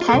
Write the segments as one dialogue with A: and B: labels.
A: 台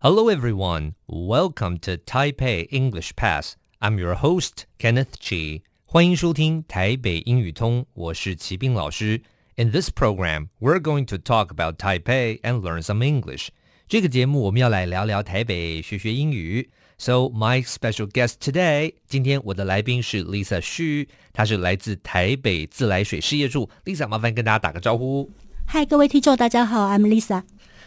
B: Hello, everyone. Welcome to Taipei English Pass. I'm your host, Kenneth Chi. 欢迎收听台北英语通，我是齐斌老师。In this program, we're going to talk about Taipei and learn some English. 这个节目我们要来聊聊台北，学学英语。So my special guest today, 今天我的来宾是 Lisa Lisa麻烦跟大家打个招呼。
C: 嗨，各位听众，大家好，I'm Lisa。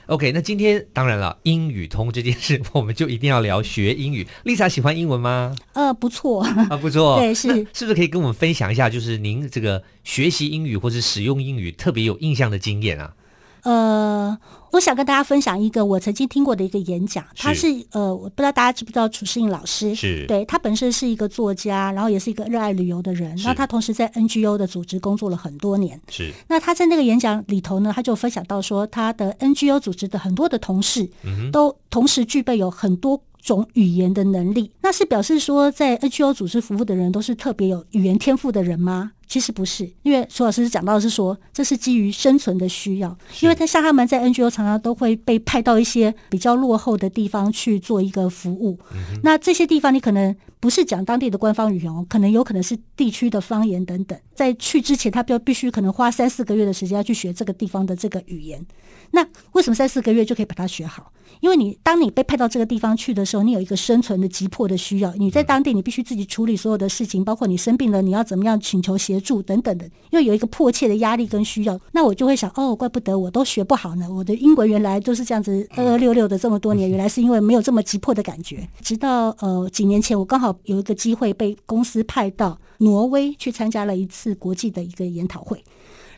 B: OK，那今天当然了，英语通这件事，我们就一定要聊学英语。Lisa 喜欢英文吗？
C: 呃，不错，
B: 啊，不错。
C: 对是
B: 那是不是可以跟我们分享一下，就是您这个学习英语或是使用英语特别有印象的经验啊？
C: 呃，我想跟大家分享一个我曾经听过的一个演讲，他是呃，我不知道大家知不知道楚世颖老师，
B: 是
C: 对他本身是一个作家，然后也是一个热爱旅游的人，
B: 是
C: 然后他同时在 NGO 的组织工作了很多年。
B: 是
C: 那他在那个演讲里头呢，他就分享到说，他的 NGO 组织的很多的同事，
B: 嗯
C: 都同时具备有很多种语言的能力。那是表示说，在 NGO 组织服务的人都是特别有语言天赋的人吗？其实不是，因为楚老师讲到的是说，这是基于生存的需要，因为他像他们在 NGO 常常都会被派到一些比较落后的地方去做一个服务。那这些地方你可能不是讲当地的官方语言哦，可能有可能是地区的方言等等。在去之前，他必必须可能花三四个月的时间要去学这个地方的这个语言。那为什么三四个月就可以把它学好？因为你当你被派到这个地方去的时候，你有一个生存的急迫的需要，你在当地你必须自己处理所有的事情，包括你生病了你要怎么样请求协助等等的，因为有一个迫切的压力跟需要。那我就会想，哦，怪不得我都学不好呢，我的英文原来就是这样子二二六六的这么多年，原来是因为没有这么急迫的感觉。直到呃几年前，我刚好有一个机会被公司派到挪威去参加了一次国际的一个研讨会。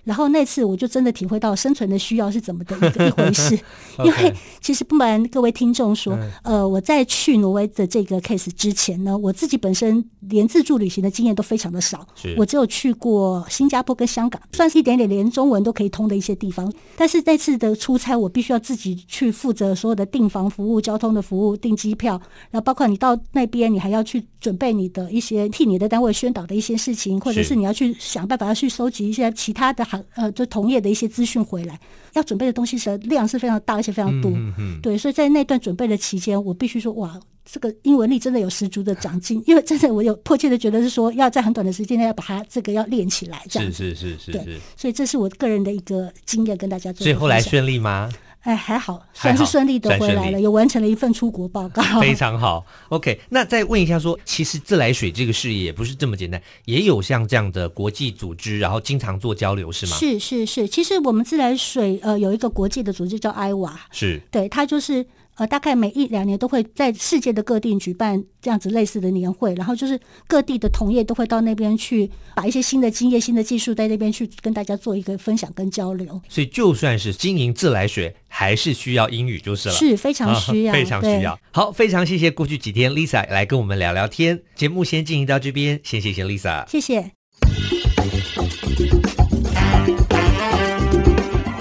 C: 然后那次我就真的体会到生存的需要是怎么的一个一回事， 因
B: OK
C: 为其实不瞒各位听众说，
B: 嗯
C: 呃，我在去挪威的这个 case 之前呢，我自己本身连自助旅行的经验都非常的少
B: 是，
C: 我只有去过新加坡跟香港，算是一点点连中文都可以通的一些地方。但是那次的出差，我必须要自己去负责所有的订房服务、交通的服务、订机票，然后包括你到那边，你还要去准备你的一些替你的单位宣导的一些事情，或者
B: 是
C: 是你要去想办法要去收集一些其他的行呃，就同业的一些资讯回来，要准备的东西的量是非常大，而且非常多。
B: 嗯嗯，
C: 对，所以在那段准备的期间，我必须说，哇，这个英文力真的有十足的长进， 因为真的我有迫切的觉得是说，要在很短的时间内要把它这个要练起来，这样
B: 是
C: 子。
B: 是是是
C: 对
B: 是。
C: 所以这是我个人的一个经验，跟大家做。
B: 所以后来，顺利吗？
C: 哎，还好，
B: 还好
C: 算是顺利的
B: 算
C: 回
B: 顺
C: 来
B: 利
C: 了，也完成了一份出国报告。
B: 非常好。OK，那再问一下说，其实自来水这个事业也不是这么简单，也有像这样的国际组织，然后经常做交流，是吗？
C: 是是是，其实我们自来水呃有一个国际的组织叫 IWA，
B: 是
C: 对，它就是呃，大概每一两年都会在世界的各地举办这样子类似的年会，然后就是各地的同业都会到那边去，把一些新的经验、新的技术在那边去跟大家做一个分享跟交流，
B: 所以就算是经营自来水，还是需要英语就是了。
C: 是非常
B: 啊
C: 需要，
B: 非常需
C: 对
B: 要。好，非常谢谢过去几天 Lisa 来跟我们聊聊天。节目先进行到这边，先谢谢 Lisa。
C: 谢谢。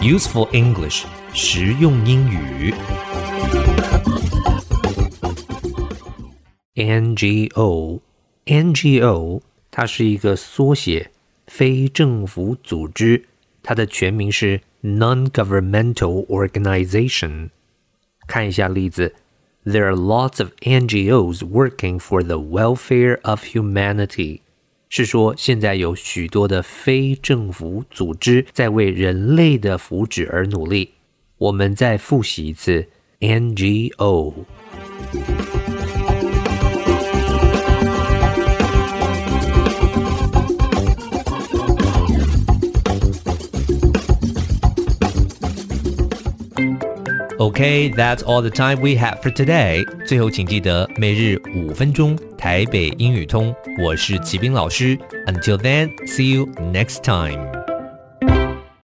B: Useful English，实用英语。NGO，NGO，它是一个缩写，非政府组织，它的全名是 Non-governmental organization。看一下例子，There are lots of NGOs working for the welfare of humanity。是说现在有许多的非政府组织在为人类的福祉而努力。我们再复习一次 NGO。Okay, that's all the time we have for today. 最后，请记得每日五分钟台北英语通。我是齐斌老师。Until then, see you next time.